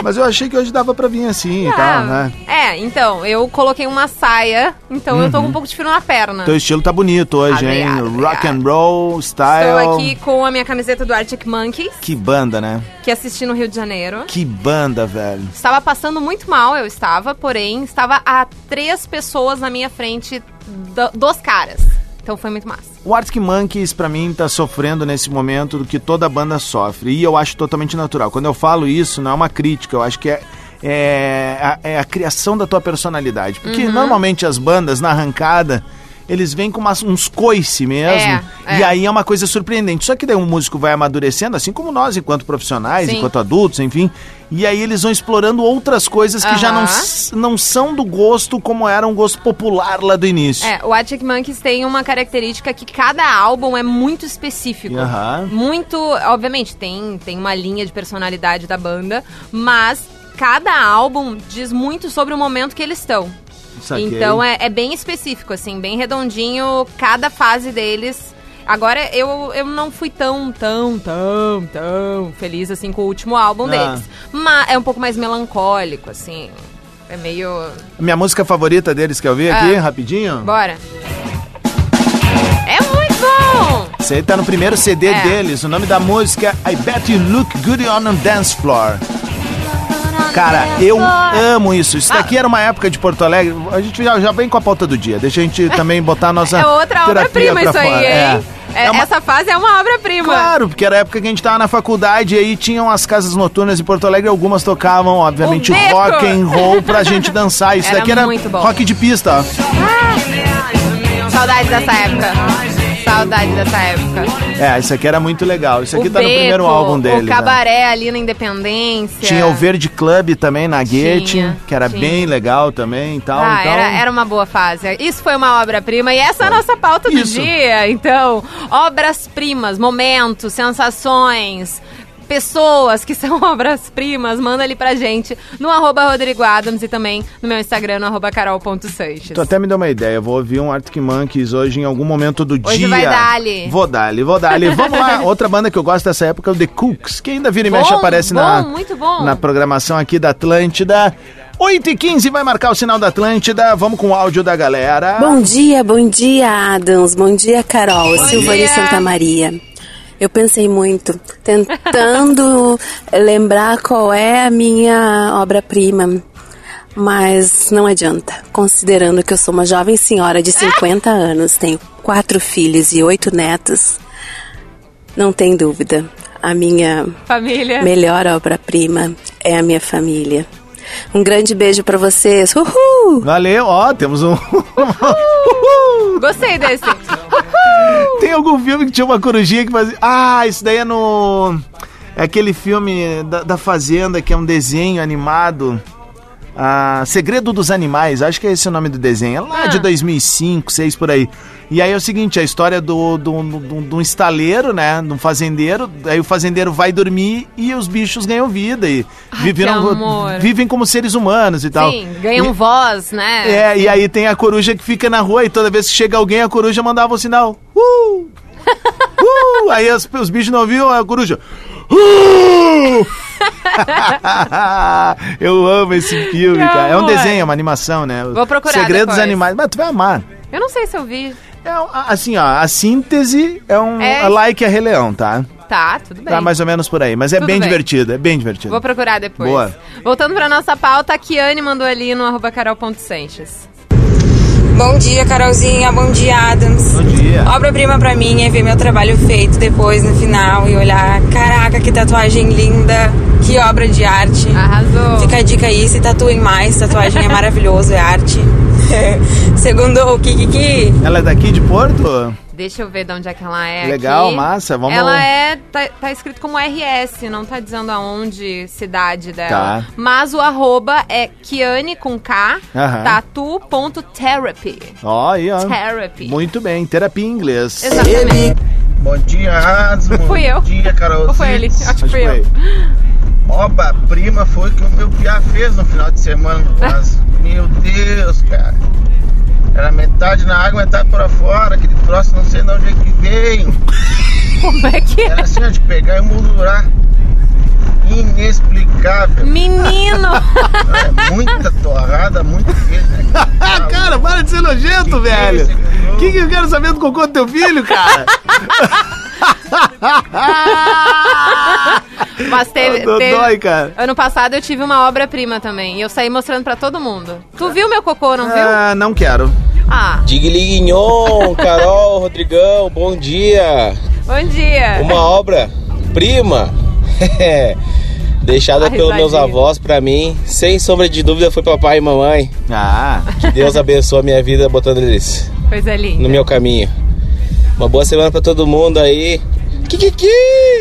S1: Mas eu achei que hoje dava pra vir assim
S2: Ah,
S1: e tal, né?
S2: É, então, eu coloquei uma saia, então eu tô com um pouco de frio na perna.
S1: Teu estilo tá bonito hoje, hein?
S2: Obrigada,
S1: Rock and roll, style.
S2: Estou aqui com a minha camiseta do Arctic Monkeys,
S1: Que banda, né?
S2: que assisti no Rio de Janeiro.
S1: Que banda, velho.
S2: Estava passando muito mal, eu estava, porém, estava a três pessoas na minha frente do- dos caras. Então foi muito massa.
S1: O Arctic Monkeys, pra mim, tá sofrendo nesse momento do que toda banda sofre. E eu acho totalmente natural. Quando eu falo isso, não é uma crítica. Eu acho que é, é, a, é a criação da tua personalidade. Porque
S13: Uhum.
S1: normalmente as bandas, na arrancada, eles vêm com umas- uns coice mesmo.
S13: É, é.
S1: E aí é uma coisa surpreendente. Só que daí um músico vai amadurecendo, assim como nós, enquanto profissionais,
S13: Sim.
S1: enquanto adultos, enfim. E aí eles vão explorando outras coisas que já não,
S2: Aham.
S1: s- não são do gosto como era um gosto popular lá do início.
S2: É, o Arctic Monkeys tem uma característica que cada álbum é muito específico.
S1: Aham.
S2: Muito, obviamente, tem, tem uma linha de personalidade da banda, mas cada álbum diz muito sobre o momento que eles estão.
S3: Saquei.
S2: Então é, é bem específico, assim, bem redondinho, cada fase deles. Agora, eu, eu não fui tão, tão, tão, tão feliz, assim, com o último álbum
S1: Ah.
S2: deles. Mas é um pouco mais melancólico, assim. É meio...
S1: Minha música favorita deles, quer ouvir aqui,
S2: Ah.
S1: rapidinho?
S2: Bora. É muito bom!
S1: Isso aí tá no primeiro CD
S2: É.
S1: deles. O nome da música é I Bet You Look Good on a Dance Floor. Cara, eu amo isso.
S2: Ah.
S1: Isso daqui era uma época de Porto Alegre. A gente já, já vem com a pauta do dia. Deixa a gente também botar a nossa.
S2: É outra
S1: terapia
S2: obra-prima
S1: pra
S2: isso aí,
S1: fora.
S2: hein?
S1: É.
S2: É, Essa fase é uma obra-prima.
S1: Claro, porque era a época que a gente tava na faculdade e aí tinham as casas noturnas em Porto Alegre, algumas tocavam, obviamente,
S2: O beco!
S1: rock and roll pra gente dançar. Isso
S2: Era
S1: daqui era
S2: muito bom.
S1: rock de pista.
S2: Saudade dessa época. Saudade dessa época.
S1: É, isso aqui era muito legal. Isso aqui
S2: o
S1: tá no primeiro
S2: Beco,
S1: álbum deles.
S2: O
S1: né?
S2: Cabaré ali na Independência.
S1: Tinha o Verde Club também na Guete,
S2: é. Tinha,
S1: que era
S2: tinha.
S1: bem legal também e tal.
S2: Ah,
S1: então,
S2: era, era uma boa fase. Isso foi uma obra-prima e essa é a nossa pauta do
S1: Isso.
S2: dia. Então, obras-primas, momentos, sensações, pessoas que são obras-primas, manda ali pra gente no arroba Rodrigo Adams e também no meu Instagram, no arroba carol.sanches.
S1: Tu até me deu uma ideia, eu vou ouvir um Arctic Monkeys hoje em algum momento do
S2: Hoje
S1: dia.
S2: vai dar-lhe.
S1: Vou dar-lhe, vou dar-lhe. Vamos lá, outra banda que eu gosto dessa época é o The Cooks, que ainda vira e mexe
S2: Bom,
S1: aparece
S2: bom,
S1: na,
S2: muito bom.
S1: na programação aqui da Atlântida. 8h15 vai marcar o sinal da Atlântida, vamos com o áudio da galera.
S6: Bom dia, bom dia, Adams. Bom dia, Carol.
S1: Bom
S6: Silvani
S1: dia.
S6: Santa Maria. Eu pensei muito, tentando lembrar qual é a minha obra-prima. Mas não adianta, considerando que eu sou uma jovem senhora de 50
S8: Ah!
S6: anos, tenho quatro filhos e oito netos. Não tem dúvida, a minha
S2: Família.
S6: melhor obra-prima é a minha família. Um grande beijo pra vocês. Uhul!
S1: Valeu, ó, temos um.
S2: Gostei desse.
S1: Tem algum filme que tinha uma corujinha que fazia. Ah, isso daí é no. É aquele filme da, da Fazenda que é um desenho animado. Ah, Segredo dos Animais, acho que é esse o nome do desenho. É lá de
S2: Ah.
S1: 2005, 6 por aí. E aí é o seguinte: a história do, do, do, do, de um estaleiro, né? De um fazendeiro. Aí o fazendeiro vai dormir e os bichos ganham vida. E viveram-
S2: amor.
S1: vivem como seres humanos e tal.
S2: Sim, ganham
S1: E-
S2: voz, né?
S1: Tá. é, e aí tem a coruja que fica na rua e toda vez que chega alguém, a coruja mandava o sinal. Uh! Uh! Aí os, os bichos não viam a coruja. Uh! Eu amo esse filme,
S2: Que
S1: cara. É um
S2: amor.
S1: desenho, é uma animação, né?
S2: Vou procurar
S1: Segredos dos
S2: depois.
S1: Animais. Mas tu vai amar.
S2: Eu não sei se eu vi.
S1: A- Assim, ó, a síntese é um
S2: É.
S1: é... like a Rei Leão, tá?
S2: Tá, tudo bem.
S1: Tá mais ou menos por aí. Mas é
S2: Tudo
S1: bem,
S2: bem.
S1: divertido, é bem divertido.
S2: Vou procurar depois.
S1: Boa.
S2: Voltando pra nossa pauta, a Kiane mandou ali no arroba carol.sanches.
S3: Bom dia, Carolzinha. Bom dia, Adams. Bom
S1: dia.
S3: Obra-prima pra mim é ver meu trabalho feito depois no final e olhar, caraca, que tatuagem linda, que obra de arte.
S2: Arrasou.
S3: Fica a dica aí, se tatuem mais, tatuagem é maravilhoso, é arte. Segundo o Kikiki.
S1: Ela é daqui de Porto?
S2: Deixa eu ver de onde é que ela é.
S1: Legal,
S2: aqui.
S1: massa, vamos-
S2: Ela é. Tá, tá escrito como RS, não tá dizendo aonde cidade dela.
S1: Tá.
S2: Mas o arroba é Kiane com K,
S1: Aham.
S2: tatu.therapy.
S1: Ó, aí, ó.
S2: Therapy.
S1: Muito bem, terapia em inglês.
S2: Exatamente.
S21: Bom dia, Asmo.
S2: Fui eu.
S21: Bom dia, Carol.
S2: Ou foi ele? Acho que fui eu.
S21: Obra-prima foi o que o meu piá fez no final de semana no vaso. meu Deus, cara. Era metade na água, metade pra fora. Aquele troço, não sei de onde é que veio.
S2: Como é que
S21: Era assim, ó, de pegar e moldurar. Inexplicável. né?
S2: Menino!
S21: muita torrada, muito feio, né?
S1: Ah, cara, para de ser nojento, velho. O que, que eu quero saber do cocô do teu filho, cara?
S2: Mas teve.
S1: Dodói,
S2: teve-
S1: cara.
S2: Ano passado eu tive uma obra-prima também. E eu saí mostrando pra todo mundo. Tu viu meu cocô, não viu?
S1: Ah, não quero.
S2: Ah,
S22: Digliguignon, Carol, Rodrigão, bom dia.
S2: bom dia.
S22: Uma obra prima
S2: A
S22: deixada pelos meus
S2: risadinha.
S22: avós pra mim, sem sombra de dúvida foi papai e mamãe.
S1: Ah,
S22: que Deus abençoe a minha vida botando eles
S2: Coisa linda.
S22: no meu caminho. Uma boa semana pra todo mundo aí. Kikiki!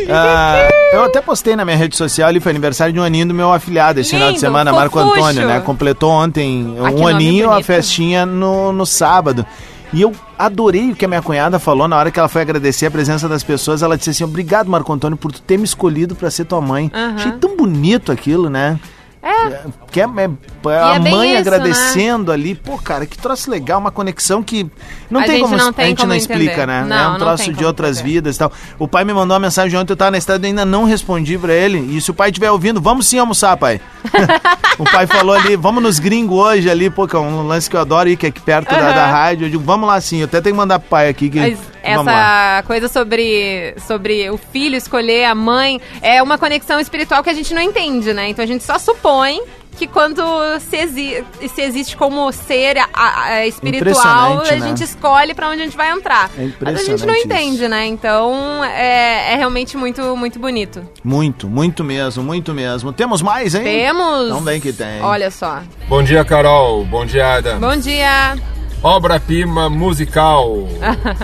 S1: Ah, eu até postei na minha rede social ali, foi aniversário de um aninho do meu afilhado esse final de
S22: Lindo,
S1: semana, Marco
S22: fofucho.
S1: Antônio, né? Completou ontem
S22: Ah, que
S1: um
S22: nome
S1: aninho, a
S22: bonito.
S1: festinha no, no sábado. E eu adorei o que a minha cunhada falou na hora que ela foi agradecer a presença das pessoas. Ela disse assim: Obrigado, Marco Antônio, por tu ter me escolhido pra ser tua mãe.
S2: Aham.
S1: Achei tão bonito aquilo, né?
S2: É.
S1: Que é, é-
S2: é
S1: a
S2: bem
S1: mãe
S2: isso,
S1: agradecendo ali. Pô, cara, que troço legal, uma conexão que não
S2: A
S1: tem
S2: gente
S1: como
S2: não tem
S1: a gente
S2: como
S1: não
S2: entender.
S1: explica, né?
S2: Não,
S1: é
S2: não
S1: um troço
S2: tem
S1: de
S2: como
S1: outras vidas e tal. O pai me mandou uma mensagem ontem, eu tava na estrada e ainda não respondi pra ele. E se o pai estiver ouvindo, vamos sim almoçar, pai. o pai falou ali, vamos nos gringos hoje ali, pô, que é um lance que eu adoro ir, que é aqui perto da,
S2: Aham.
S1: da rádio. Eu digo, vamos lá sim, eu até tenho que mandar pro pai aqui que.
S2: Mas
S1: vamos lá.
S2: essa coisa sobre, sobre o filho escolher a mãe é uma conexão espiritual que a gente não entende, né? Então a gente só supõe que quando se, exi- se existe como ser a- a- a espiritual,
S1: Impressionante,
S2: a
S1: né?
S2: gente escolhe pra onde a gente vai entrar.
S1: É
S2: Mas a gente não
S1: impressionante
S2: entende, né? Então é, é realmente muito, muito bonito.
S1: Muito, muito mesmo, muito mesmo. Temos mais, hein?
S2: Temos.
S1: Não vem que tem.
S2: Olha só.
S23: Bom dia, Carol. Bom dia, Adam.
S2: Bom dia.
S23: Obra-prima musical.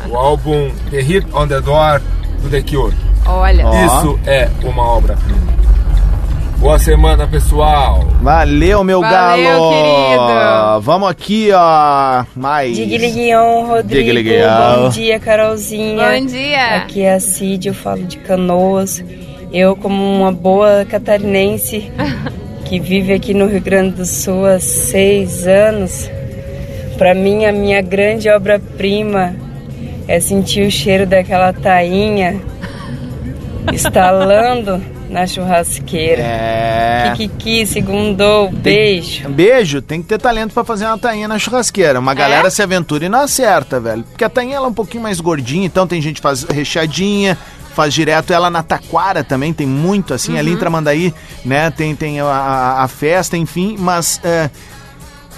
S23: o álbum The Hit on the Door do The Cure.
S2: Olha.
S23: Isso é uma obra-prima. Boa semana, pessoal.
S1: Valeu, meu
S23: Valeu,
S1: galo!
S23: querido.
S1: Vamos aqui, ó. Mais.
S24: Digliguion, Rodrigo.
S1: Digliguion.
S24: Bom dia, Carolzinha.
S2: Bom dia.
S24: Aqui é a Cid, eu falo de Canoas. Eu, como uma boa catarinense que vive aqui no Rio Grande do Sul há seis anos, para mim a minha grande obra-prima é sentir o cheiro daquela tainha estalando na churrasqueira.
S1: É.
S24: Kikiki, segundou, beijo.
S1: Beijo, tem que ter talento pra fazer uma tainha na churrasqueira.
S2: É?
S1: Uma galera se aventura e não acerta, velho. Porque a tainha ela é um pouquinho mais gordinha, então tem gente que faz recheadinha, faz direto ela na taquara também, tem
S2: Uhum.
S1: muito assim, ali em Tramandaí, né? Tem, tem a, a- a festa, enfim, mas. é,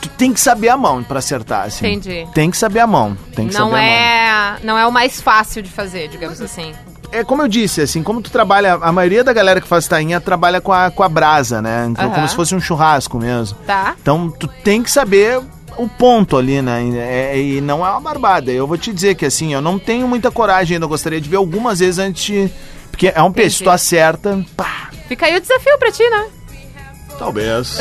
S1: tu tem que saber a mão pra acertar, assim.
S2: Entendi.
S1: Tem que saber a mão. Tem que
S2: Não
S1: saber a mão.
S2: é, não é o mais fácil de fazer, digamos assim.
S1: É como eu disse, assim, como tu trabalha, a maioria da galera que faz tainha trabalha com a, com a brasa, né? Então,
S2: Aham.
S1: Como se fosse um churrasco mesmo.
S2: Tá?
S1: Então tu tem que saber o ponto ali, né? E- é- E não é uma barbada. Eu vou te dizer que assim, eu não tenho muita coragem ainda. Eu gostaria de ver algumas vezes antes. de- Porque é um peixe, tu acerta, pá,
S2: Fica aí o desafio pra ti, né?
S1: talvez.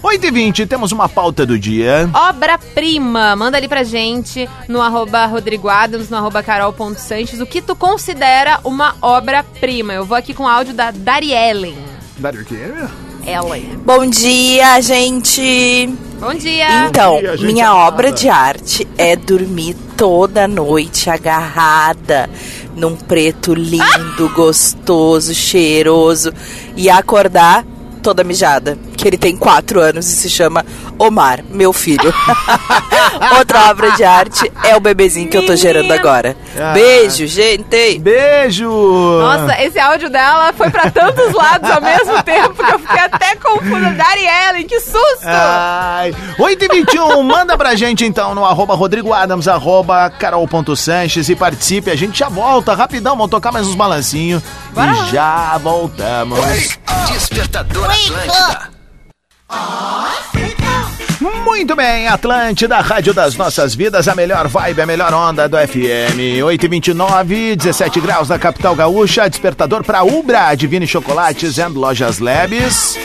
S1: 8h20, temos uma pauta do dia.
S2: Obra-prima, manda ali pra gente no arroba Rodrigo Adams, no arroba carol.sanches, o que tu considera uma obra-prima. Eu vou aqui com o áudio da Dariellen.
S1: Dário, o quê?
S2: Ellen.
S4: Bom dia, gente!
S2: Bom dia!
S4: Então,
S2: Bom dia, gente
S4: minha
S2: amada.
S4: obra de arte é dormir toda noite agarrada num preto
S2: Ah!
S4: lindo, gostoso, cheiroso e acordar toda mijada. Que ele tem quatro anos e se chama Omar, meu filho. Outra obra de arte é o bebezinho que eu tô gerando agora.
S2: Ah.
S4: Beijo, gente!
S1: Beijo!
S2: Nossa, esse áudio dela foi pra tantos lados ao mesmo tempo que eu fiquei até confusa. Dariellen, que susto!
S1: Ah. Ai. 8h21, manda pra gente então no arroba Rodrigo Adams, arroba carol.sanches e participe. A gente já volta rapidão, vamos tocar mais uns balancinhos e já voltamos.
S5: Despertador Atlântida.
S1: Muito bem, Atlântida, Rádio das Nossas Vidas, a melhor vibe, a melhor onda do FM. 8h29, 17 graus na capital gaúcha, despertador para Ubra, Divine Chocolates and Lojas Labs.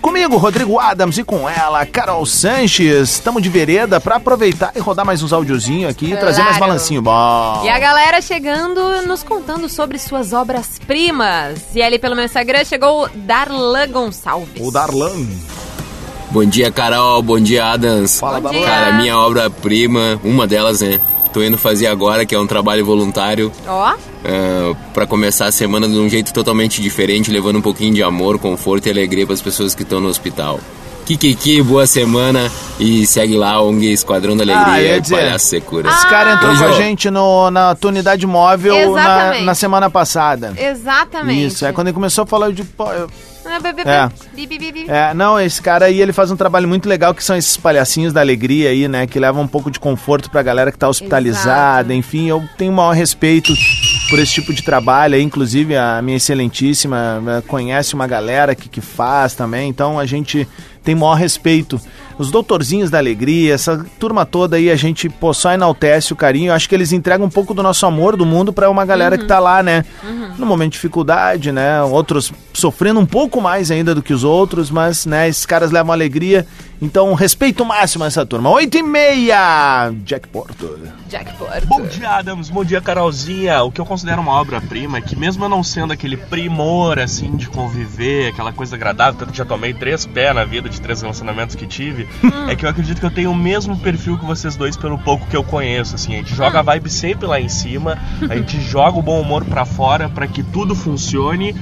S1: Comigo, Rodrigo Adams, e com ela, Carol Sanches. Estamos de vereda para aproveitar e rodar mais uns audiozinhos aqui e trazer mais
S2: Claro.
S1: balancinho bom.
S2: E a galera chegando, nos contando sobre suas obras-primas. E ali pelo meu Instagram chegou o Darlan Gonçalves.
S1: O Darlan.
S20: Bom dia, Carol. Bom dia, Adams. Fala,
S2: Bom Babu. dia.
S20: Cara, minha obra-prima, uma delas, né? Tô indo fazer agora, que é um trabalho voluntário.
S2: Ó,
S20: ah, pra começar a semana de um jeito totalmente diferente, levando um pouquinho de amor, conforto e alegria pras pessoas que estão no hospital. Kikiki, boa semana e segue lá, ONG Esquadrão da
S1: Ah, eu
S20: Alegria
S1: ia
S20: e
S1: dizer. Ah,
S20: Palhaço Secura.
S1: Esse
S2: Ah.
S1: cara entrou
S20: Beijo.
S1: com a gente no- na tua unidade móvel na,
S2: Exatamente.
S1: na semana passada.
S2: exatamente.
S1: Isso, é quando ele começou a falar, eu digo, pô, eu-
S2: Ah, bi, bi, bi,
S1: É.
S2: bi, bi, bi, bi.
S1: É, não, esse cara aí, ele faz um trabalho muito legal, que são esses palhacinhos da alegria aí, né? Que levam um pouco de conforto pra galera que tá hospitalizada, enfim. Eu tenho o maior respeito por esse tipo de trabalho aí. Inclusive, a minha excelentíssima eh, conhece uma galera que, que faz também. Então, a gente tem o maior respeito. Os doutorzinhos da alegria, essa turma toda aí, a gente, pô, só enaltece o carinho. Eu acho que eles entregam um pouco do nosso amor do mundo pra uma galera que tá lá, né? no momento de dificuldade, né? Outros sofrendo um pouco mais ainda do que os outros, mas, né, esses caras levam alegria. Então, respeito máximo a essa turma. Oito e meia, Jack Porto.
S2: Jack Porto.
S10: Bom dia, Adams. Bom dia, Carolzinha. O que eu considero uma obra-prima é que, mesmo eu não sendo aquele primor, assim, de conviver, aquela coisa agradável, tanto que já tomei três pés na vida de três relacionamentos que tive, é que eu acredito que eu tenho o mesmo perfil que vocês dois, pelo pouco que eu conheço, assim. A gente joga a vibe sempre lá em cima, a gente joga o bom humor pra fora pra que tudo funcione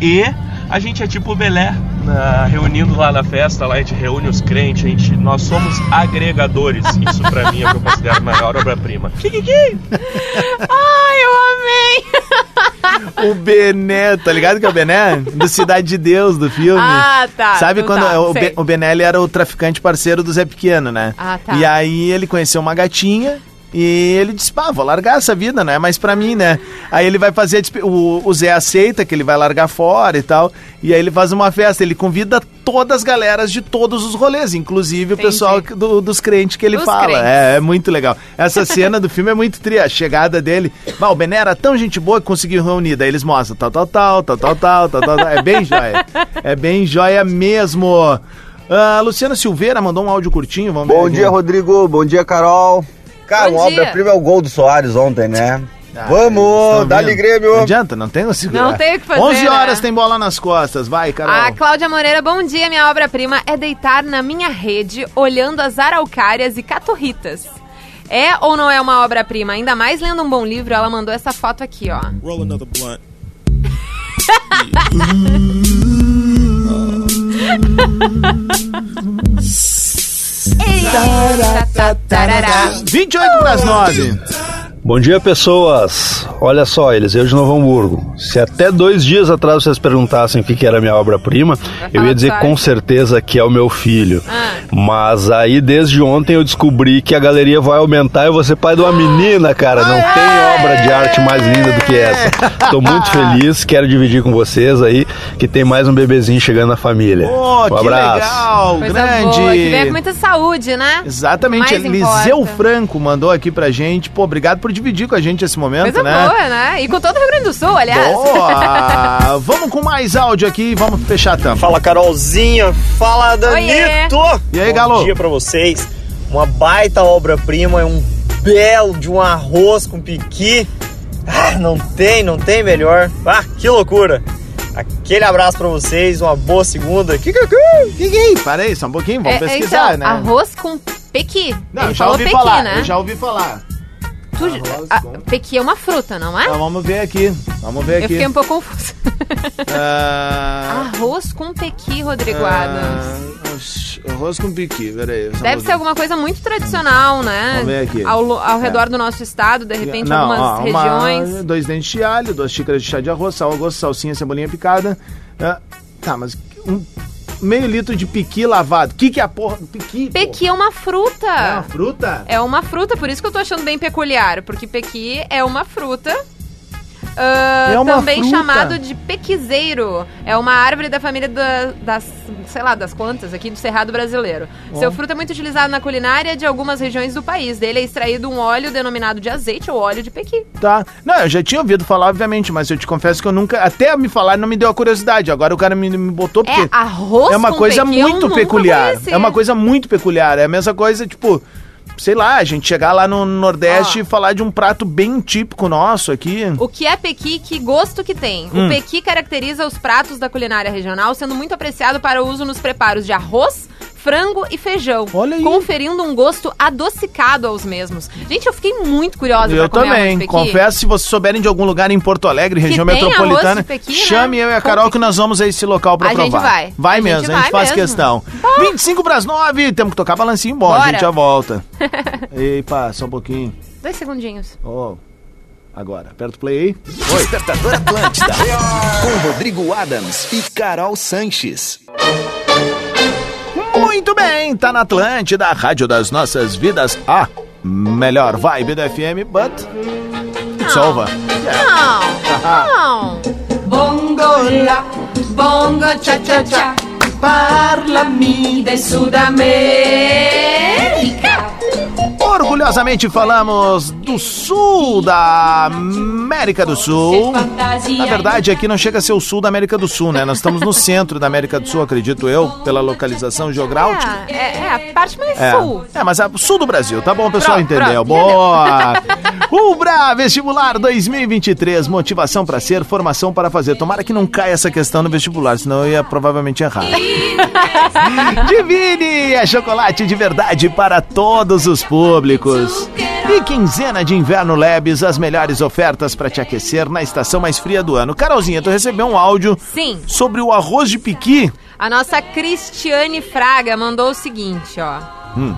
S10: e a gente é tipo o Belé, na- reunindo lá na festa, lá a gente reúne os crentes, a gente, nós somos agregadores. Isso pra mim é o que eu considero a maior obra-prima.
S2: Ai, eu amei!
S1: O Bené, tá ligado que é o Bené? Do Cidade de Deus, do filme.
S2: Ah, tá.
S1: Sabe
S2: Então
S1: quando é
S2: tá,
S1: o,
S2: sei.
S1: Be- o Bené ele era o traficante parceiro do Zé Pequeno, né?
S2: Ah, tá.
S1: E aí ele conheceu uma gatinha e ele disse, pá, vou largar essa vida, não é mais pra mim, né? Aí ele vai fazer, a despe- o, o Zé aceita que ele vai largar fora e tal, e aí ele faz uma festa, ele convida todas as galeras de todos os rolês, inclusive o pessoal que- do- dos crentes que ele
S25: Dos
S1: fala.
S25: crentes.
S1: É, é muito legal. Essa cena do filme é muito tri, a chegada dele. Bah, o Bené era tão gente boa que conseguiu reunir, daí eles mostram tal, tal, tal, tal, tal, tal, tal, tal, tal. é bem joia. É bem joia mesmo. Ah, Luciano Silveira mandou um áudio curtinho, vamos ver
S17: é-
S26: Bom
S1: aqui.
S26: dia, Rodrigo. Bom dia, Carol. Cara,
S1: Bom
S26: uma
S1: dia.
S26: obra-prima é o gol do Soares ontem, né?
S1: Ah, vocês
S26: Vamos,
S1: tão
S26: dá-lhe
S1: vendo?
S26: Grêmio.
S1: Não adianta, não tem o segurar.
S2: Não tem o que fazer,
S1: 11 horas
S2: né? Ah,
S1: tem bola nas costas, vai, Carol.
S2: A Cláudia Moreira, bom dia. Minha obra-prima é deitar na minha rede olhando as araucárias e caturritas. É ou não é uma obra-prima? Ainda mais lendo um bom livro, ela mandou essa foto aqui, ó.
S27: Roll another blunt.
S2: Eita, tá, tarará.
S1: 28 pras 9.
S25: Bom dia, pessoas. Olha só, Eliseu de Novo Hamburgo. Se até dois dias atrás vocês perguntassem o que, que era minha obra-prima, eu ia dizer com certeza que é o meu filho. Mas aí, desde ontem, eu descobri que a galeria vai aumentar e eu vou ser pai de uma menina, cara. Não tem obra de arte mais linda do que essa. Tô muito feliz, quero dividir com vocês aí que tem mais um bebezinho chegando na família.
S1: que
S25: um abraço.
S1: legal,
S2: Coisa
S1: grande.
S2: boa, que vem com muita saúde, né?
S1: Exatamente,
S2: Mais
S1: Eliseu
S2: importa.
S1: Franco mandou aqui pra gente. Pô, obrigado por dividir com a gente esse momento,
S2: Coisa
S1: né?
S2: boa, né? E com todo o Rio Grande do Sul, aliás.
S1: Boa! vamos com mais áudio aqui e vamos fechar a tampa.
S27: Fala, Carolzinha. Fala, Danito.
S1: E aí, Galo?
S27: Bom dia pra vocês. Uma baita obra-prima, é um belo de um arroz com piqui. Ah, não tem, não tem melhor. Ah, que loucura. Aquele abraço pra vocês, uma boa segunda. Que que que?
S1: Que que? Para aí, só um pouquinho, vamos
S2: É, é,
S1: pesquisar,
S2: então,
S1: né?
S2: Arroz com pequi.
S1: Não,
S2: Ele
S1: eu já
S2: falou
S1: ouvi
S2: pequi,
S1: falar,
S2: né?
S1: eu já ouvi falar.
S2: Tu- a- Pequi é uma fruta, não é?
S1: Então, vamos ver aqui, vamos ver
S2: Eu
S1: aqui.
S2: fiquei um pouco confusa.
S1: Ah,
S2: Arroz com pequi, Rodrigo Adams.
S1: ah, oxi, arroz com piqui, peraí. só um
S2: Deve
S1: vou-
S2: ser alguma coisa muito tradicional, né?
S1: Vamos ver aqui. É.
S2: Ao, lo- ao redor do nosso estado, de repente, algumas
S1: ó, uma-
S2: regiões.
S1: dois dentes de alho, duas xícaras de chá de arroz, sal, a gosto, salsinha, cebolinha picada. Ah, tá, mas um meio litro de piqui lavado. Que que é a porra do piqui? pô?
S2: Pequi é uma fruta. É uma
S1: fruta?
S2: É uma fruta, por isso que eu tô achando bem peculiar, porque pequi é uma fruta. Ah,
S12: É uma
S2: também
S12: fruta.
S2: chamado de pequizeiro. É uma árvore da família da- das, sei lá, das plantas aqui do Cerrado Brasileiro.
S12: Bom.
S2: Seu fruto é muito utilizado na culinária de algumas regiões do país. Dele é extraído um óleo denominado de azeite ou óleo de pequi.
S1: Tá. Não, eu já tinha ouvido falar, obviamente, mas eu te confesso que eu nunca. Até me falar não me deu a curiosidade. Agora o cara me, me botou porque.
S2: É arroz
S1: É uma
S2: com um
S1: coisa
S2: pequi, eu
S1: muito
S2: nunca
S1: peculiar.
S2: conheci.
S1: É uma coisa muito peculiar. É a mesma coisa, tipo. Sei lá, a gente chegar lá no Nordeste e falar de um prato bem típico nosso aqui.
S2: O que é pequi? Que gosto que tem?
S1: Hum.
S2: O pequi caracteriza os pratos da culinária regional, sendo muito apreciado para o uso nos preparos de arroz, frango e feijão, conferindo um gosto adocicado aos mesmos. Gente, eu fiquei muito curiosa
S1: Eu
S2: pra comer arroz
S1: também.
S2: de pequi.
S1: Confesso, se vocês souberem de algum lugar em Porto Alegre,
S2: Que
S1: região
S2: tem arroz
S1: metropolitana,
S2: de Pequi, né?
S1: chame eu e a Carol que nós vamos a esse local pra
S2: A
S1: provar.
S2: gente vai.
S1: Vai
S2: A gente
S1: mesmo, a
S2: vai
S1: gente faz
S2: mesmo.
S1: questão. 25 pras 9, temos que tocar balancinho bom, a
S2: Bora.
S1: gente já volta. Epa, só um pouquinho.
S2: Dois segundinhos.
S1: Ó, agora, aperta o play aí.
S5: Despertador Atlântida. com Rodrigo Adams e Carol Sanches.
S1: Muito bem, tá na Atlântida, a rádio das nossas vidas. A melhor vibe do FM, but it's over. É
S2: Não, não.
S12: Bongo la, bongo cha cha cha, parlami del Sudamerica.
S1: Orgulhosamente falamos do sul da América do Sul. Na verdade, aqui não chega a ser o sul da América do Sul, né? Nós estamos no centro da América do Sul, acredito eu, pela localização geográfica.
S2: É, é a parte mais
S1: É.
S2: sul.
S1: É, mas é sul do Brasil, tá bom, pessoal?
S2: Pronto,
S1: entendeu?
S2: pronto,
S1: Boa! Ubra Vestibular 2023, motivação pra ser, formação para fazer. Tomara que não caia essa questão no vestibular, senão eu ia provavelmente errar. Divine é chocolate de verdade para todos os públicos. E quinzena de inverno Labs, as melhores ofertas para te aquecer na estação mais fria do ano. Carolzinha, tu recebeu um áudio
S2: Sim.
S1: sobre o arroz de piqui.
S2: A nossa Cristiane Fraga mandou o seguinte, ó.
S1: Hum.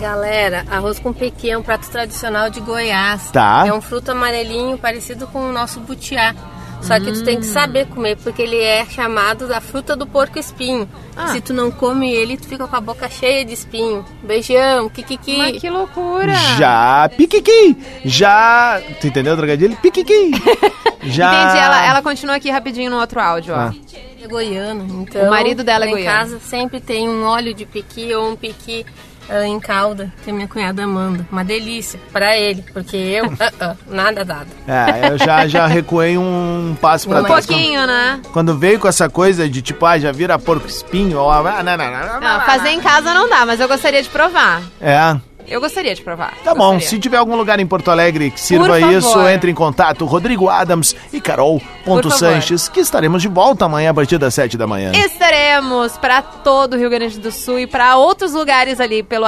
S8: Galera, arroz com pequi é um prato tradicional de Goiás.
S1: Tá.
S8: É um fruto amarelinho parecido com o nosso butiá. Só que tu tem que saber comer, porque ele é chamado da fruta do porco espinho. Se tu não come ele, tu fica com a boca cheia de espinho. Beijão, kikiki. Mas
S2: que loucura!
S1: Já piquiqui. Já. Tu entendeu, trocadilho? Piquiqui. Já.
S2: Entendi, ela, ela continua aqui rapidinho no outro áudio, ó. Um
S1: Ah.
S8: É goiano, então.
S2: O marido dela é
S8: lá
S2: goiano.
S8: Em casa sempre tem um óleo de piqui ou um piqui ah, em calda, que a minha cunhada manda. Uma delícia pra ele, porque eu, ah, ah, nada dado.
S1: É, eu já, já recuei um passo pra
S8: Um
S1: trás.
S2: pouquinho, né?
S1: Quando veio com essa coisa de tipo, ah, já vira porco espinho, ou ah, não, não, não, não.
S2: Não, fazer em casa não dá, mas eu gostaria de provar.
S1: É.
S2: Eu gostaria de provar.
S1: Tá bom, se tiver algum lugar em Porto Alegre que sirva
S2: favor.
S1: isso, entre em contato Rodrigo Adams e
S2: Por
S1: Carol.Sanches, que estaremos de volta amanhã a partir das 7 da manhã.
S2: Estaremos para todo o Rio Grande do Sul e para outros lugares ali pelo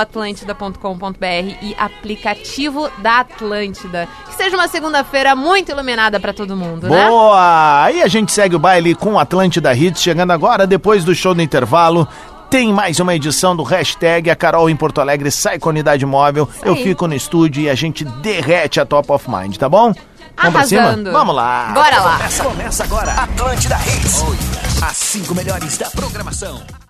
S2: atlântida.com.br e aplicativo da Atlântida. Que seja uma segunda-feira muito iluminada para todo mundo, né?
S1: Boa! Aí a gente segue o baile com Atlântida Hits, chegando agora, depois do show no intervalo. tem mais uma edição do hashtag A Carol em Porto Alegre sai com a unidade móvel. Eu
S2: aí.
S1: fico no estúdio e a gente derrete a Top of Mind, tá bom? Vamos pra cima?
S2: Arrasando.
S1: Vamos lá!
S2: Bora lá.
S5: Começa agora Atlântida Hits. As cinco melhores da programação.